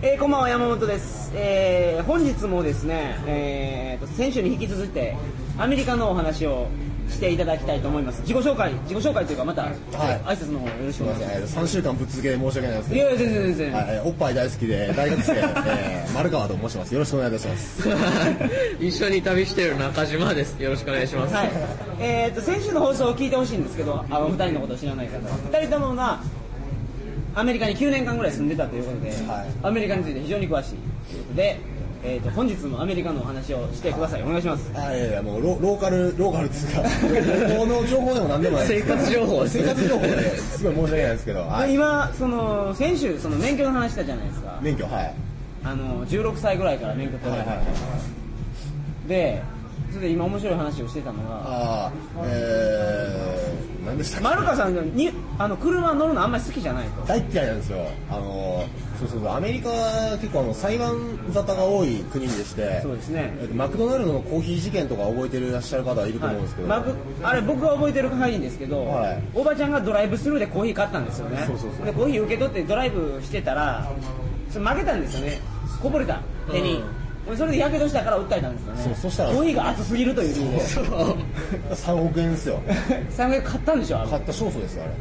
えー、こんばんは山本です、えー、本日もですね、えーと、先週に引き続いてアメリカのお話をしていただきたいと思います自己紹介自己紹介というかまた、挨拶の方よろしすくおみ願いしませんまえー、3週間ぶっ続けで申し訳ないですすいけど、やいや全然全然、はいえーおっぱい大好きで大学生、えー丸川と申しますよろしくお願いいたします一緒に旅してる中島です。よろしくお願いします。はい、えー、と先週の放送を聞いてほしいんですけど、あの2人のことを知らない方、2人ともがアメリカに9年間ぐらい住んでたということで、はいアメリカについて非常に詳しいということで、えー、と本日もアメリカのお話をしてください、お願いします。あいやいやもうロローカルローカルっつうか旅行の情報でも何でもないです生活情報生活情報ですごい申し訳ないですけど、はい、今その先週その免許の話したじゃないですか免許はいあの16歳ぐらいから免許取られた、でそれで今面白い話をしてたのがああえー、何でしたっけ丸川さんがにあの車乗るのあんまり好きじゃないと大っ嫌いなんですよあのそうそうそうアメリカは結構あの裁判沙汰が多い国でしてそうですねえっとマクドナルドのコーヒー事件とか覚えてらっしゃる方はいるとは思うんですい、けど、マクあれ僕が覚えてる範囲ですけど、はいおばちゃんがドライブスルーでコーヒー買ったんですよねそうそうそうでコーヒー受け取ってドライブしてたらそれ負けたんですよねこぼれた手に、俺それでやけどしたから訴えたんですよねそうそしたらコーヒーが熱すぎるという理由で 3億円ですよ3回買ったんでしょあれ買った勝負ですよあれ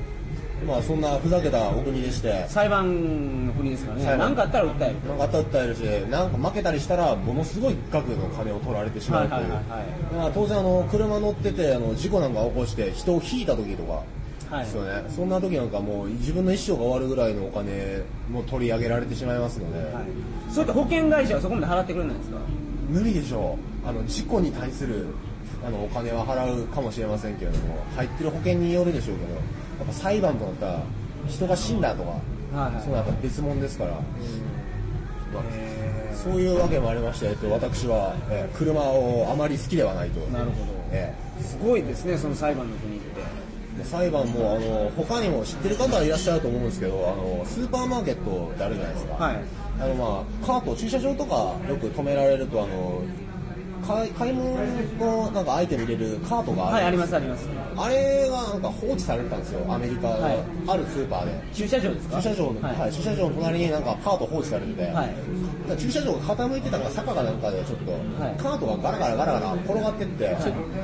まあそんなふざけたお国でして裁判の国ですからね裁何判かあったら訴えるなんか当たったりしてなんか負けたりしたらものすごい額の金を取られてしまうといはう、いはいはいまあ当然あの車乗っててあの事故なんか起こして人を引いた時とかはいですよね、そんな時なんかもう自分の一生が終わるぐらいのお金も取り上げられてしまいますので、はい、そういった保険会社はそこまで払ってくれないんですか無理でしょうあの事故に対するあのお金は払うかもしれませんけれども入ってる保険によるでしょうけどやっぱ裁判となったら人が死んだとか、はいはいそうなったら別物ですから、まあそういうわけもありまして、えっと、私は、えー車をあまり好きではないとなるほどえすごいですねその裁判の国ってーで裁判もあの他にも知ってる方はいらっしゃると思うんですけどあのスーパーマーケットってあるじゃないですか、はいあのまあカート駐車場とかよく止められるとあの買い買い物のなんかアイテム入れるカートがはいあありる、ますありますあれがなんか放置されてたんですよアメリカのはいあるスーパーで駐車場ですか駐車場の、は、はいい駐車場の隣になんかカート放置されてて、はいだから駐車場が傾いてたのか坂かなんかでちょっと、いカートがガラガラガラガラ転がってって、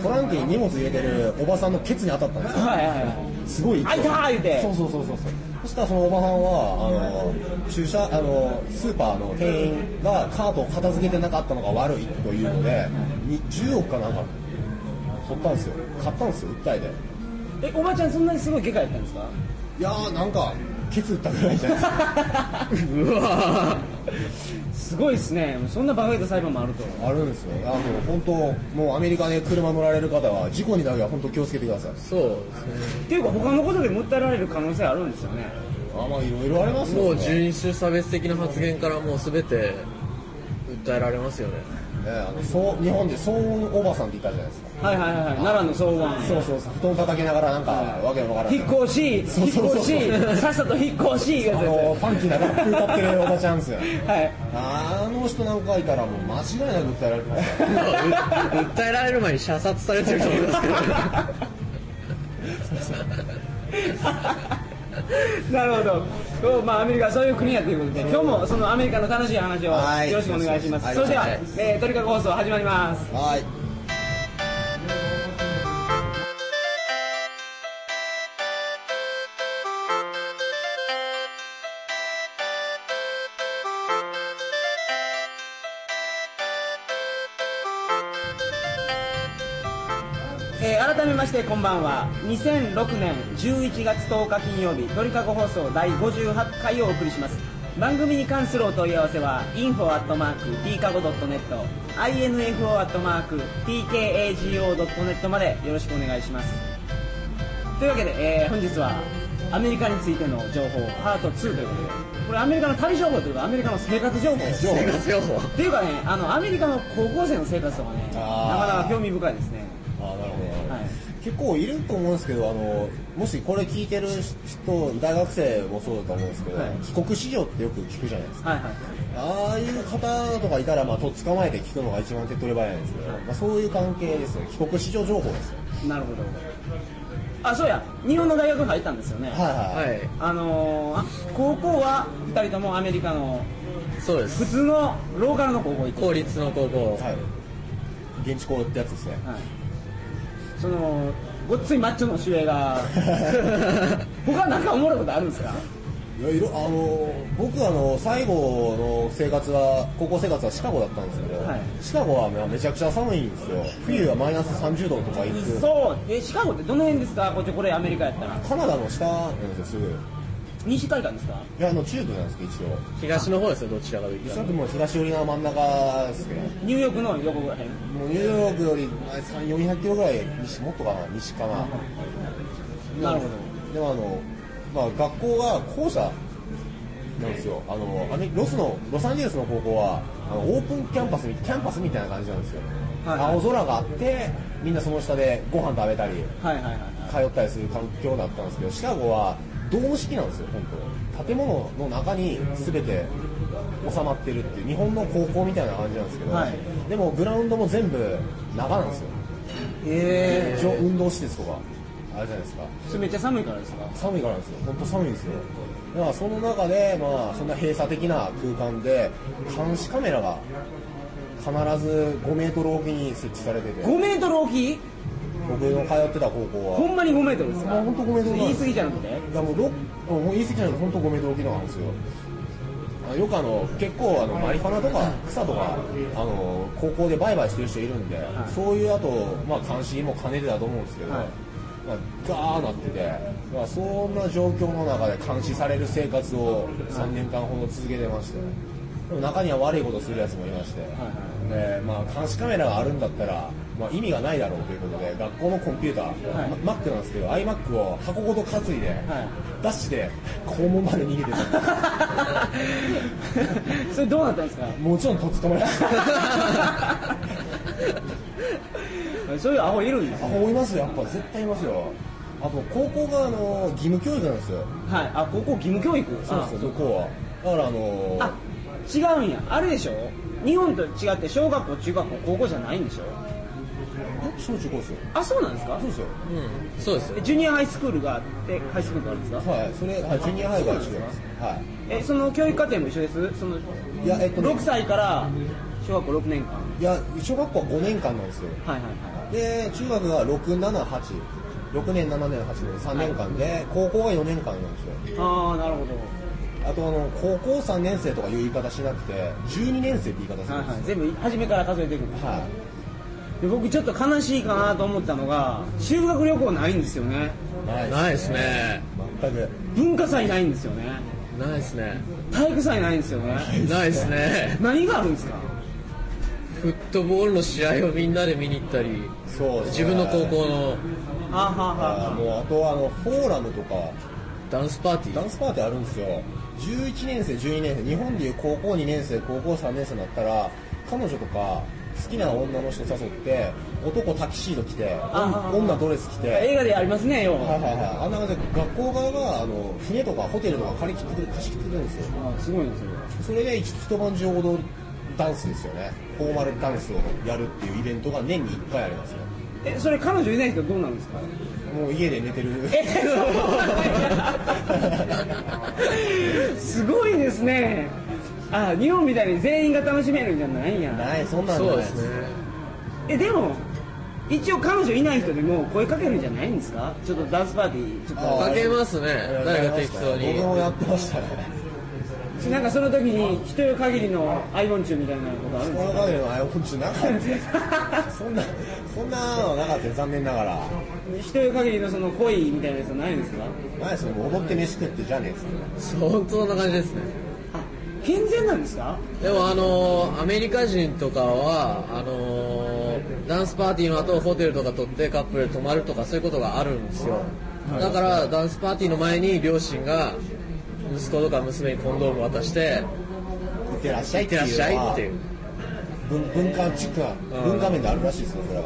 トランクに荷物入れてるおばさんのケツに当たったんですよはいはいはいすごいあいたー言うてそうそうそうそうそうそしたらそのおばさんはあの駐車あのスーパーの店員がカートを片付けてなかったのが悪いというのでに10億かなんか取ったんですよ買ったんですよ訴えでえおばちゃんそんなにすごい外科やったんですかいやーなんかケツ打ったぐらいじゃないですかうわすごいですねそんなバカげた裁判もあるとあるんですよあの本当もうアメリカで車乗られる方は事故にだけは本当気をつけてくださいそうですね。っていうか他のことで訴えられる可能性あるんですよねあまあいろいろありますよもうね人種差別的な発言からもうすべて訴えられますよね。 ねあのそう日本で騒音おばさんっていたじゃないですかはいはいはいはい奈良の騒音そうそうそう布団叩きながらなんかわけのわからない引っ越しそう引そうっそう越そうしさっさと引っ越しいうやあつですのファンキーなラップ歌ってるおばちゃんですよはいあの人なんかいたらもう間違いなく訴えられてますよ訴えられる前に射殺されてると思いますけど。なるほどそう、まあ、アメリカはそういう国やということで今日もそのアメリカの楽しい話をはいよろしくお願いします、はいそれでははい「えー、トリカゴ放送」始まりますはいえー改めましてこんばんは2006年11月10日金曜日鳥かご放送第58回をお送りします番組に関するお問い合わせは info.tkago.net info.tkago.net までよろしくお願いしますというわけで、えー本日はアメリカについての情報パート2ということでこれアメリカの旅情報というかアメリカの生活情報です生活情報。っていうかねあのアメリカの高校生の生活とかねなあーかなか興味深いですねあーなるほど、はい結構いると思うんですけどあのもしこれ聞いてる人大学生もそうだと思うんですけど、はい帰国子女ってよく聞くじゃないですかはいはいああいう方とかいたら、まあ、とっ捕まえて聞くのが一番手っ取り早いんですけど、まあ、そういう関係ですよ帰国子女情報ですよなるほど。あそうや日本の大学入ったんですよね、はいはいはあのーあ高校は2人ともアメリカのいそうで普す通のローカルの高校行って公立の高校はい現地校ってやつですねはい、そのごっついマッチョの主演 が他なんかおもろいことあるんですかいやいろあの僕あの最後の生活は高校生活はシカゴだったんですけど、はいシカゴはめちゃくちゃ寒いんですよ冬はマイナス30度とかいくそうえシカゴってどの辺ですかこっちこれアメリカやったらカナダの下なんですよすぐい西海岸ですかやあの中部なんですけど一応東の方ですよどちらかという一と応もう東寄りの真ん中ですねニューヨークの横ぐらへんもうニューヨークより3 400キロぐらい西もっとかな西かななるほどでもあの、まあ、学校が校舎なんですよあのアメロスのロサンゼルスの高校はあのオープンキャンパスみキャンパスみたいな感じなんですよ、はいはい青空があってみんなその下でご飯食べたりはいはいはいはい通ったりする環境だったんですけどシカゴはドーム式なんですよ本当建物の中に全て収まってるっていう日本の高校みたいな感じなんですけど、はいでもグラウンドも全部中なんですよ、え一応運動施設とかあれじゃないですかえそれめっちゃ寒いからですか寒いからなんですよ本当寒いんですよだからその中でまあそんな閉鎖的な空間で監視カメラが必ず5メートルおきに設置されてて5メートル大きい僕の通ってた高校はほんまに5メートルですかあほんと5メートルなんです言い過ぎじゃなくていやもうロもう言い過ぎじゃない本当5メートル大きななんですよあよくあの結構あのマリファナとか草とかあの高校で売買してる人いるんで、いそういうあと、まあ、監視も兼ねてだと思うんですけど、はいまあ、ガーなってて、まあ、そんな状況の中で監視される生活を3年間ほど続けてましてでも中には悪いことするやつもいまして、でまあ、監視カメラがあるんだったら、まあ、意味がないだろうということで学校のコンピューター、はいま Mac なんですけど iMac を箱ごと担いで、はいダッシュで校門まで逃げてた それどうなったんですかもちろんとっ捕まりましたそういうアホいるんですあよ思いますよやっぱ絶対いますよあと高校があの義務教育なんですよはいあ高校義務教育そうですよ向こうはだからあのあ違うんやあれでしょ日本と違って小学校中学校高校じゃないんでしょ小中高ですよあそうなんですかそうですようんそうですよえジュニアハイスクールがあってハイスクールがあるんですかはいそれはいジュニアハイが違いますはえその教育課程も一緒ですそのいいやえっとね6歳から小学校6年間いや小学校は5年間なんですよはいはいはで中学が6786年7年8年3年間で高校が4年間なんですよいああなるほどあとあの高校3年生とかいう言い方しなくて12年生って言い方するはんいですはいよ全部初めから数えていくんですはいで僕ちょっと悲しいかなと思ったのが修学旅行ないんですよねないないですね全く文化祭ないんですよねないですね体育祭ないんですよねないですね何があるんですかフットボールの試合をみんなで見に行ったりそうです自ね分の高校のあははあーもうあとはあのフォーラムとかダンスパーティダーンスパーティーあるんですよ11年生12年生日本でいう高校2年生高校3年生になったら彼女とか好きな女の人誘って男タキシード着てあー女ドレス着て映画でありますねようはいはいはいあんな感じで学校側があの船とかホテルとか借り切ってくれ貸し切ってくれるんですよあすごいなそれはそれで一一晩中踊るダンスですよねフォーマルダンスをやるっていうイベントが年に1回ありますよえそれ彼女いない人どうなるんですかもう家で寝てるえそうすごいですねあ日本みたいに全員が楽しめるんじゃないんやないそんなんじゃそなういですねえでも一応彼女いない人でも声かけるんじゃないんですかちょっとダンスパーティーちょあっかけますね誰が適当に僕もやってましたねとなんかその時に人よ限りのアイボンチュみたいなことあるんこですのか限りのアイオン中なかったですそんなそんなのなかったよ残念ながら人よ限りのその恋みたいなやつはないんですかないですよもう踊って飯食ってじゃねえっすね本当そんな感じですねあ健全なんですかでもあのーアメリカ人とかはあのーダンスパーティーの後ホテルとか取ってカップルで泊まるとかそういうことがあるんですよだからダンスパーティーの前に両親が息子とか娘にコンドーム渡して行ってらっしゃい行っっててらっいうしゃのいはっていう文文化地区はん文化面であるらしいですよそれは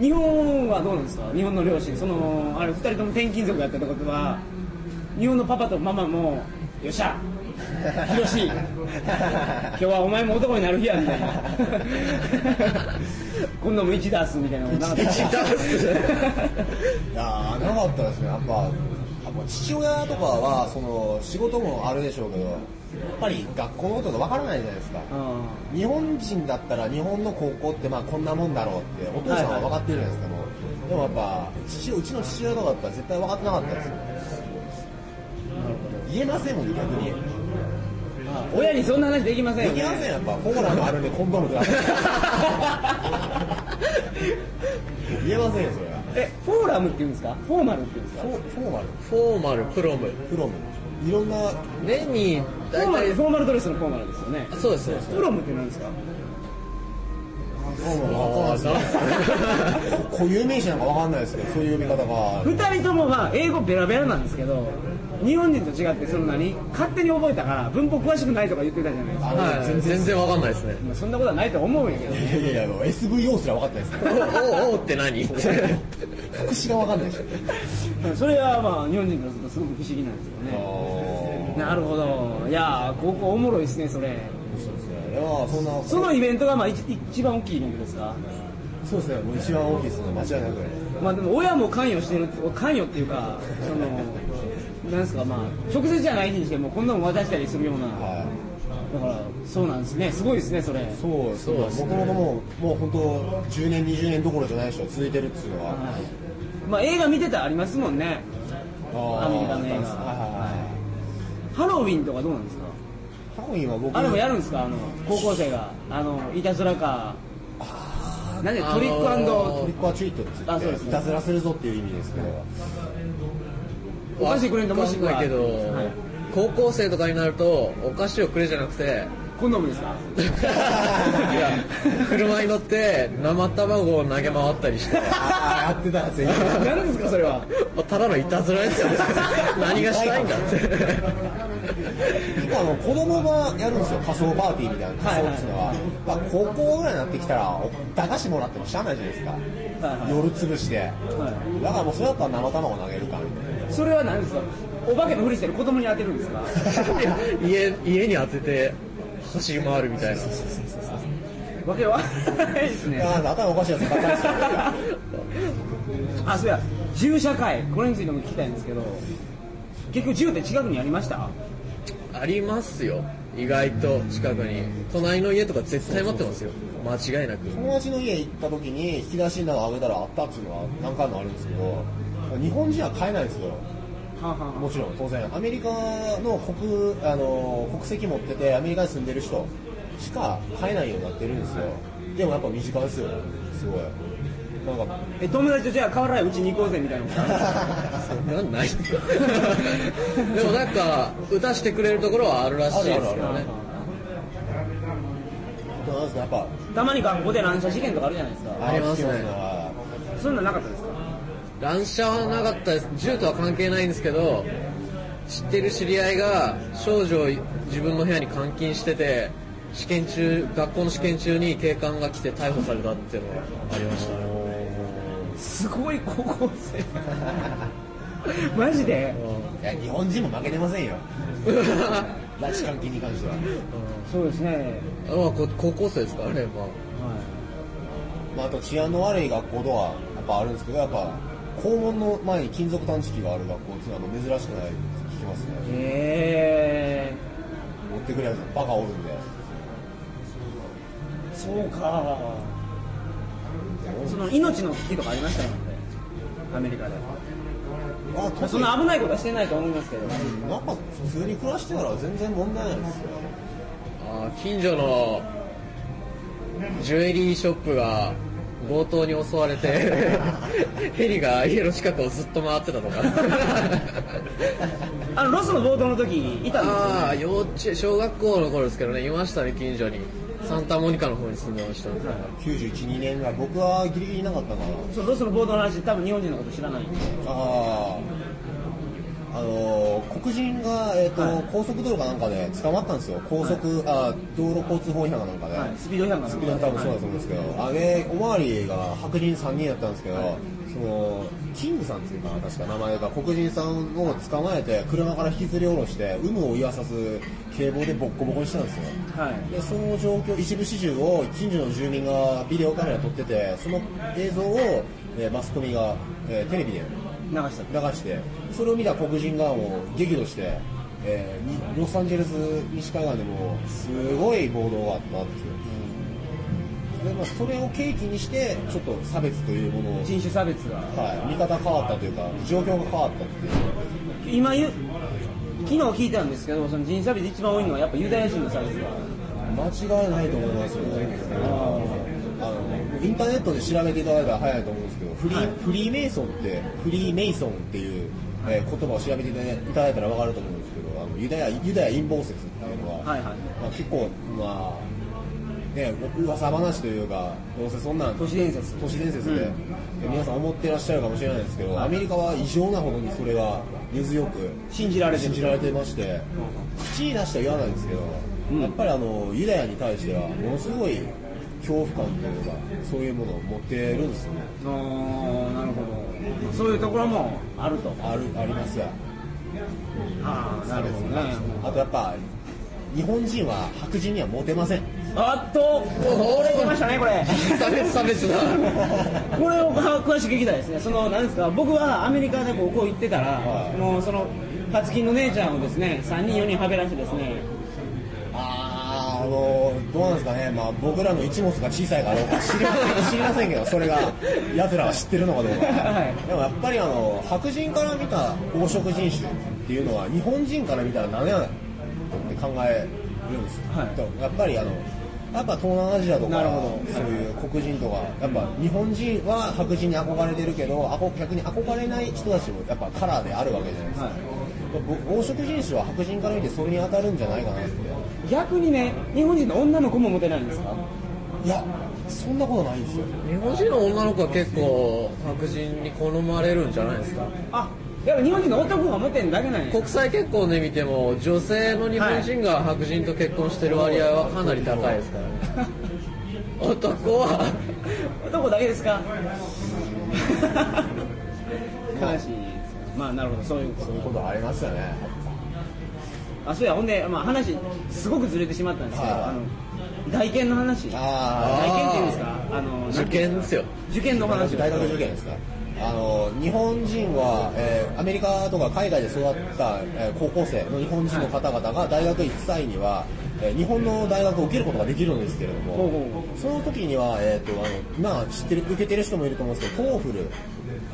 日本はどうなんですか日本の両親そのあれ二人とも転勤族やったってことは日本のパパとママもよっしゃ「ヒロシ今日はお前も男になる日や」みたいな「今度も1ダース」みたいなのなかったいやーなかったですねやっぱやっぱ父親とかはその仕事もあるでしょうけどやっぱり学校のこととかわからないじゃないですかうん日本人だったら日本の高校ってまあこんなもんだろうってお父さんは分かってるじゃないですか、もうでもやっぱ父うちの父親とかだったら絶対分かってなかったですよ言えませんもん逆に親にそんな話できませんでよきねませんやっぱコーラもあるんでコンドームく ださい言えませんよそれはえフォーラムって言うんですかフォーマルって言うんですかフォフォーマルフォーマルプロムプロムいろんな年にフォ大ーマル体フォーマルドレスのフォーマルですよねそうですそうですプロムって何ですかわかんないですね固有名詞なんかわかんないですけどそういう呼び方が2人ともまあ英語ベラベラなんですけど日本人と違ってその何勝手に覚えたから文法詳しくないとか言ってたじゃないですか、はい全然わかんないですねまあ、そんなことはないと思うんやけどいやいやいやもう SVO すら分かってないおおおって何です副詞が分かんないでしょそれはまあ日本人からするとすごく不思議なんですよねなるほどいやー高校おもろいですねそれいやーそんなそのイベントがまあ一一番大きいイベントですかそうですねもう一番大きいですね間違いなくまあでも親も関与してるって関与っていうかそのなんですかまあ直接じゃないにしてもこんなの渡したりするようなだはいからそうなんですねすごいですねそれそうですねもともともうもう本当10年20年どころじゃないでしょ続いてるっていうのははいまあ映画見てたらありますもんねあーアメリカの映画はいはいはいハロウィンとかどうなんですかハロウィンは僕あれもやるんですかあの高校生があのいたずらかなんであのートリックアントドリックアチュイートって言あっそうですてねいたずらするぞっていう意味ですけどお菓子くれんともしくはだけど、はい高校生とかになるとお菓子をくれじゃなくて コンドームですかいや車に乗って生卵を投げ回ったりしてああやってた全員何ですかそれはただのいたずらですよね何がしたいんだって結構あの子供がやるんですよ仮想パーティーみたいなはいはい仮想っていうのは、まあ、高校ぐらいになってきたらお駄菓子もらってもしゃあないじゃないですか、はいはい夜潰しではだからもうそれだったら生卵投げるかみたいそれは何ですかお化けのふりしてる子供に当てるんですか家家に当てて走り回るみたいなわけわからないですね ないやー頭おかしいやつばっかりですよあそうや銃社会これについても聞きたいんですけど結局銃って近くにありましたありますよ意外と近くに隣の家とか絶対待ってますよ間違い なく友達の家行った時に引き出しなどあげたらあったっていうのは何回もあるんですけど日本人は買えないんですよはんはんはんもちろん当然アメリカの国あの国籍持っててアメリカに住んでる人しか買えないようになってるんですよでもやっぱ身近ですよすごいなんかえ友達とじゃあ変わらないうちに行こうぜみたいなことあるんですかなんないでもなんか歌してくれるところはあるらしいですけどねなんですかやっぱたまに学校で乱射事件とかあるじゃないですかありますねはそんなんなかったですか乱射はなかったです銃とは関係ないんですけど知ってる知り合いが少女を自分の部屋に監禁してて試験中学校の試験中に警官が来て逮捕されたっていうのがありましたすごい高校生 マジでいや日本人も負けてません よ拉致監禁に関してはそうですねあまあこ高校生ですからねまあはまあ、あと治安の悪い学校とはやっぱあるんですけどやっぱ校門の前に金属探知機がある学校っていうのは珍しくないって聞きますねいへえ持ってくるやつバカおるんでそうかその命の危機とかありましたよねアメリカであまあそんな危ないことはしてないと思いますけどなんか普通に暮らしてたら全然問題ないですよ。あー近所のジュエリーショップが強盗に襲われて ヘリが家の近くをずっと回ってたとかあのロスの冒頭の時いたんですよねああ幼稚園小学校の頃ですけどねいましたね近所にサンタモニカの方に住んでました91、2年ぐらい、僕はギリギリいなかったかな。そうロスのボードの話多分日本人のこと知らないんでああ。あのー黒人が、えーとはい高速道路かなんかで捕まったんですよ、高速、あ道路交通法違反かなんかで、はいスピード違反がスピード多分そうだと思うんですけど、あれ、おまわりが白人3人だったんですけど、そのキングさんっていうか、確か名前が黒人さんを捕まえて、車から引きずり下ろして、有無を言わさず、警棒でボッコボコにしたんですよ。はいでその状況、一部始終を近所の住民がビデオカメラ撮ってて、その映像を、えーマスコミが、えーテレビで流した流して、それを見た黒人がもう激怒して、えーにロサンゼルス西海岸でもすごい暴動があったんですよ。でまあ、それを契機にして、ちょっと差別というものを、人種差別がはい、見方変わったというか、状況が変わったっていう。今言う昨日聞いたんですけどその人種差別で一番多いのはやっぱユダヤ人の差別が間違いないと思いますよ、あのインターネットで調べていただいたら早いと思うんですけど、フリー,、フリーメイソンって、フリーメイソンっていう、えー言葉を調べていただいたら分かると思うんですけど、あのユダヤユダヤ陰謀説っていうのは、はいはいまあ、結構、まあ、ね、噂話というか、どうせそんなん都市伝説都市伝説で、で皆さん思ってらっしゃるかもしれないですけど、アメリカは異常なほどにそれが根強く。信じられて信じるられてまして、口に出しては言わないんですけど、うんやっぱりあのユダヤに対しては、ものすごい恐怖感というか、そういうものを持ってるんですよね、あーなるほどそういうところもあるとあるありますが、ああなるほどねあとやっぱ、日本人は白人にはモテません、あっとこれ出ましたねこれ差別差別だこれを詳しく聞きたいですね、そのなんですか僕はアメリカで高校行ってたら、はいもうそのパツキンの姉ちゃんをですね3人、4人はべらしてですね、あーあのどうなんですかね、まあ、僕らの一物が小さいから知りません、 知りませんけど、それが、やつらは知ってるのかどうか、はいでもやっぱりあの白人から見た黄色人種っていうのは、日本人から見たら何やねんって考えるんですよ、はいだからやっぱりあのやっぱ東南アジアとかなるほどそういう黒人とか、やっぱ日本人は白人に憧れてるけど、あこ逆に憧れない人たちもやっぱカラーであるわけじゃないですか。はぼ黄色人種は白人から見てそれに当たるんじゃないかなってい、逆にね、日本人の女の子もモテないんですか、いやそんなことないんですよ日本人の女の子は結構白人に好まれるんじゃないですかあやっぱ日本人の男がモテんだけなんや、国際結婚で見ても女性の日本人が白人と結婚してる割合はかなり高いですからね男は男だけですか、悲しいですね、まあなるほど、そういうことそういうことありますよねあそうや、ほんで、まあ、話、すごくずれてしまったんですけど、はいあの外見の話、外あ見っていうんですか、あの受験ですよ受験のあ話大学受験ですかあの日本人は、えーアメリカとか海外で育った、えー高校生の日本人の方々が大学行く際には、えー日本の大学を受けることができるんですけれどほうほもうほうその時には、えー、とあのまあ知ってる受けてる人もいると思うんですけどトーフル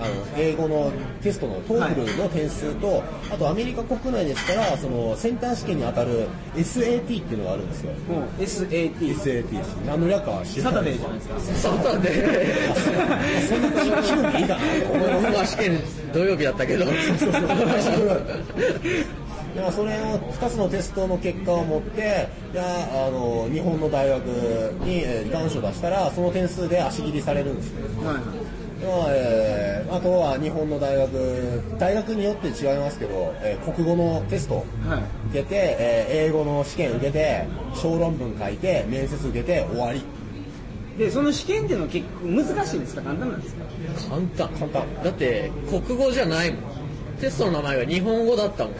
あの英語のテストのトーフルの点数と、あとアメリカ国内でしたらそのセンター試験に当たる SAT っていうのがあるんですよもう SAT SAT です何の略かは知サらなタいデーですじゃないですか外でそんな気分でいいかなと思います僕は試験土曜日だったけどでもそれを2つのテストの結果を持っていやあの日本の大学にえー願書を出したらその点数で足切りされるんですよはいはいでまあえーあとは日本の大学大学によって違いますけど、えー国語のテストはい受けて、えー英語の試験受けて小論文書いて面接受けて終わりでその試験っていうのは結構難しいんですか簡単なんですか簡単簡単だって国語じゃないもんテストの名前が日本語だったもん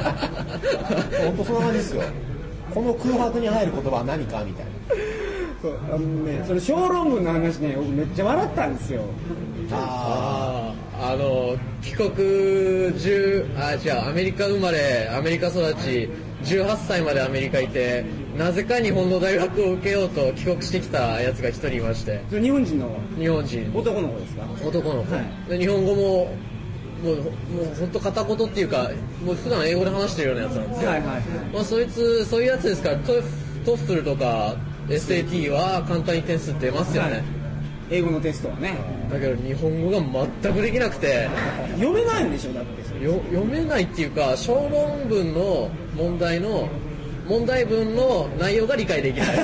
本当そんな感じですよこの空白に入る言葉は何かみたいなそうあのねその小論文の話ね僕めっちゃ笑ったんですよああーあの帰国10あ違うアメリカ生まれアメリカ育ち18歳までアメリカいてなぜか日本の大学を受けようと帰国してきたやつが一人いましてそれ日本人の日本人男の子ですか男の子、はで日本語ももうもう本当片言っていうかもう普段英語で話してるようなやつなんですよ、はいはいまあ、そいつそういうやつですからトトッフルとか SAT は簡単に点数出ますよね、英語のテストはねだけど日本語が全くできなくて読めないんでしょだってそれよ読めないっていうか小論文の問題の問題文の内容が理解できない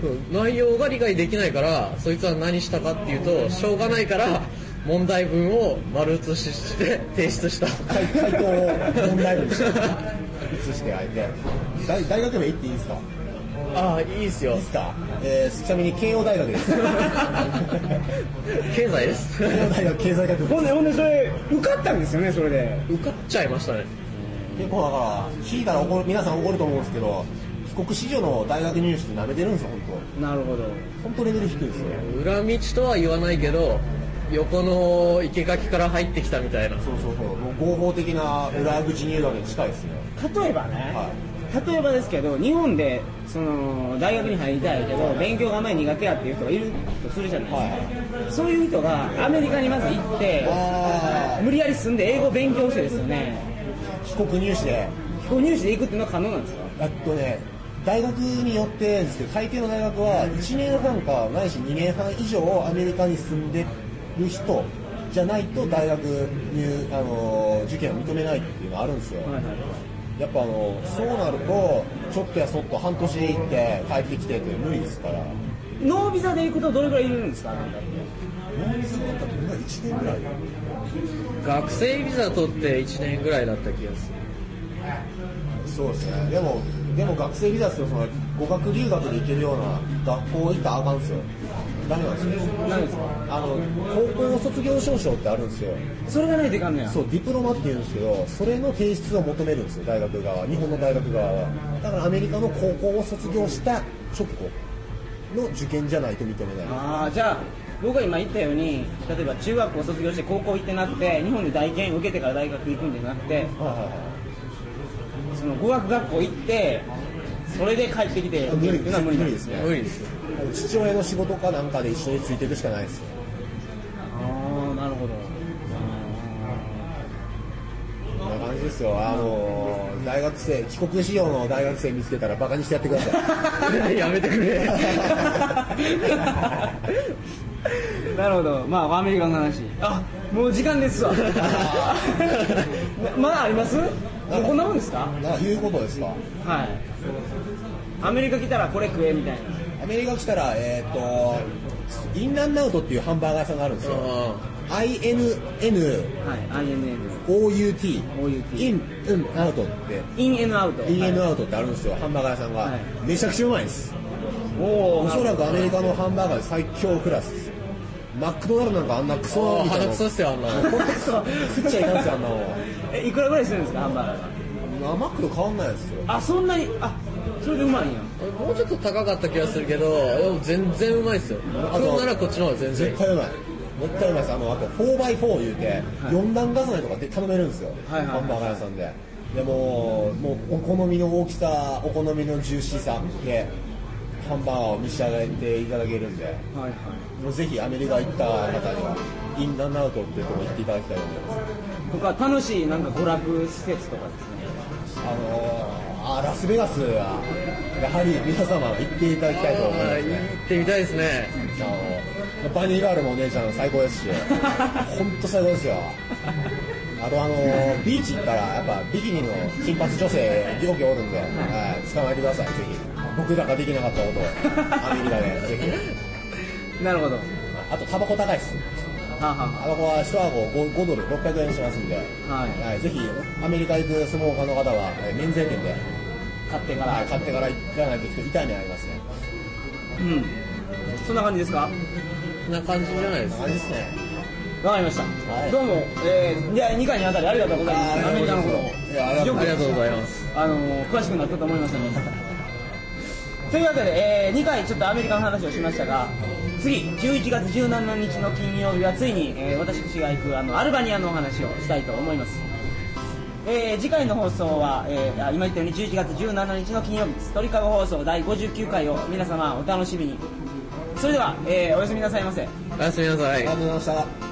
そう内容が理解できないからそいつは何したかっていうとしょうがないから問題文を丸写しして提出した回回答を問題文にして移してあえて大大学名言っていいですかああいいっすいよいですか、えー、ちなみに慶応大学です慶応経済です大学経済学部ほんでほんでそれ受かったんですよねそれで受かっちゃいましたね結構だから聞いたら怒る皆さん怒ると思うんですけど帰国子女の大学入試って舐めてるんですよ本なるほど当本当レベル低いですよね裏道とは言わないけど横の生垣から入ってきたみたいなそうそうそうもう合法的な裏口入学に近いですね例えばね、は例えばですけど日本でその大学に入りたいけど勉強があんまり苦手やっていう人がいるとするじゃないですか、そういう人がアメリカにまず行ってあ無理やり住んで英語勉強してですよねあ帰国入試で非行入試で行くっていうのは可能なんですかえっとね大学によってですけど大抵の大学は1年半かないし2年半以上アメリカに住んでる人じゃないと大学入あの受験を認めないっていうのがあるんですよ、はいはいやっぱあのそうなるとちょっとやそっと半年行って帰ってきてって無理ですからノービザで行くとどれくらいいるんですかノービザだったとみんな1年ぐらい学生ビザ取って1年ぐらいだった気がするそうですねでもでも学生ビザですよその語学留学で行けるような学校行ったらあかんですよダメなんですよ何ですかあの高校卒業証書ってあるんですよそれがないといかんのやそうディプロマっていうんですけどそれの提出を求めるんですよ大学側は日本の大学側はだからアメリカの高校を卒業した直後の受験じゃないと認めないああじゃあ僕が今言ったように例えば中学校卒業して高校行ってなくて日本で大研受けてから大学行くんじゃなくてはいはいはいその語学学校行ってそれで帰ってきて無理です無理ですねね無理ですよ父親の仕事かなんかで一緒についていくしかないですよああなるほどこんな感じですよあのー大学生帰国子女の大学生見つけたらバカにしてやってくださ やめてくれ なるほどまあアメリカの話あもう時間ですわ なまだありますもうこんなもんですかいないうことですかはいアメリカ来たらこれ食えみたいなアメリカ来たらえっ、とインランナウトっていうハンバーガー屋さんがあるんですよあ INNOUT はい INN OUT インうん o ウトってインエンアウト INNOUT ってあるんですよハンバーガー屋さんが、はいめちゃくちゃうまいですおおおそらくアメリカのハンバーガーで最強クラスですマクドナルドなんかあんなクソあみたい鼻なくそっすよあんなの本当にそう食っちゃいかんすよあんなもんえいくらぐらいするんですかハンバーガー生クと変わんないですよあそんなにあそれでうまいんやもうちょっと高かった気がするけどでも全然うまいっすよと食うならこっちの方が全然いい絶対うまい絶対うまいですあのあと 4x4 言うて、4段重ねとかで頼めるんですよ、はいはいはいハンバーガー屋さんででもうもうお好みの大きさお好みのジューシーさでハンバーガーを召し上がっていただけるんではいはいもうぜひアメリカ行った方にはインランアウトっていうところ行っていただきたいと思います他楽しいなんか娯楽施設とかですねあのー、あラスベガスはやはり皆様行っていただきたいと思いまあすーね行ってみたいですねあのバニーガールのお姉ちゃん最高ですし本当最高ですよあとあのービーチ行ったらやっぱビキニの金髪女性両家おるんで、はい、捕まえてくださいぜひ僕らができなかったことをアメリカでぜひなるほどはあとタバコ高いっすあ、はあタバコは一箱 5, 5ドル600円しますんで、ははいいぜひアメリカ行く相撲家の方はえー免税店で買ってから、はい買ってから行かないとちょっと痛い目にありますねうんそんな感じですかこんな感じじゃないですあれですねわかりました、はいどうも、えー、じゃあ2回にあたりありがとうございますあーアメリカのこいやありがととようくありがとうございますあのー詳しくなったと思いますのでというわけで、え2回ちょっとアメリカの話をしましたが次11月17日の金曜日はついに、えー私が行くあのアルバニアのお話をしたいと思います、えー次回の放送は、えーあ今言ったように11月17日の金曜日です鳥かご放送第59回を皆様お楽しみにそれでは、えーおやすみなさいませおやすみなさあいりがとうございました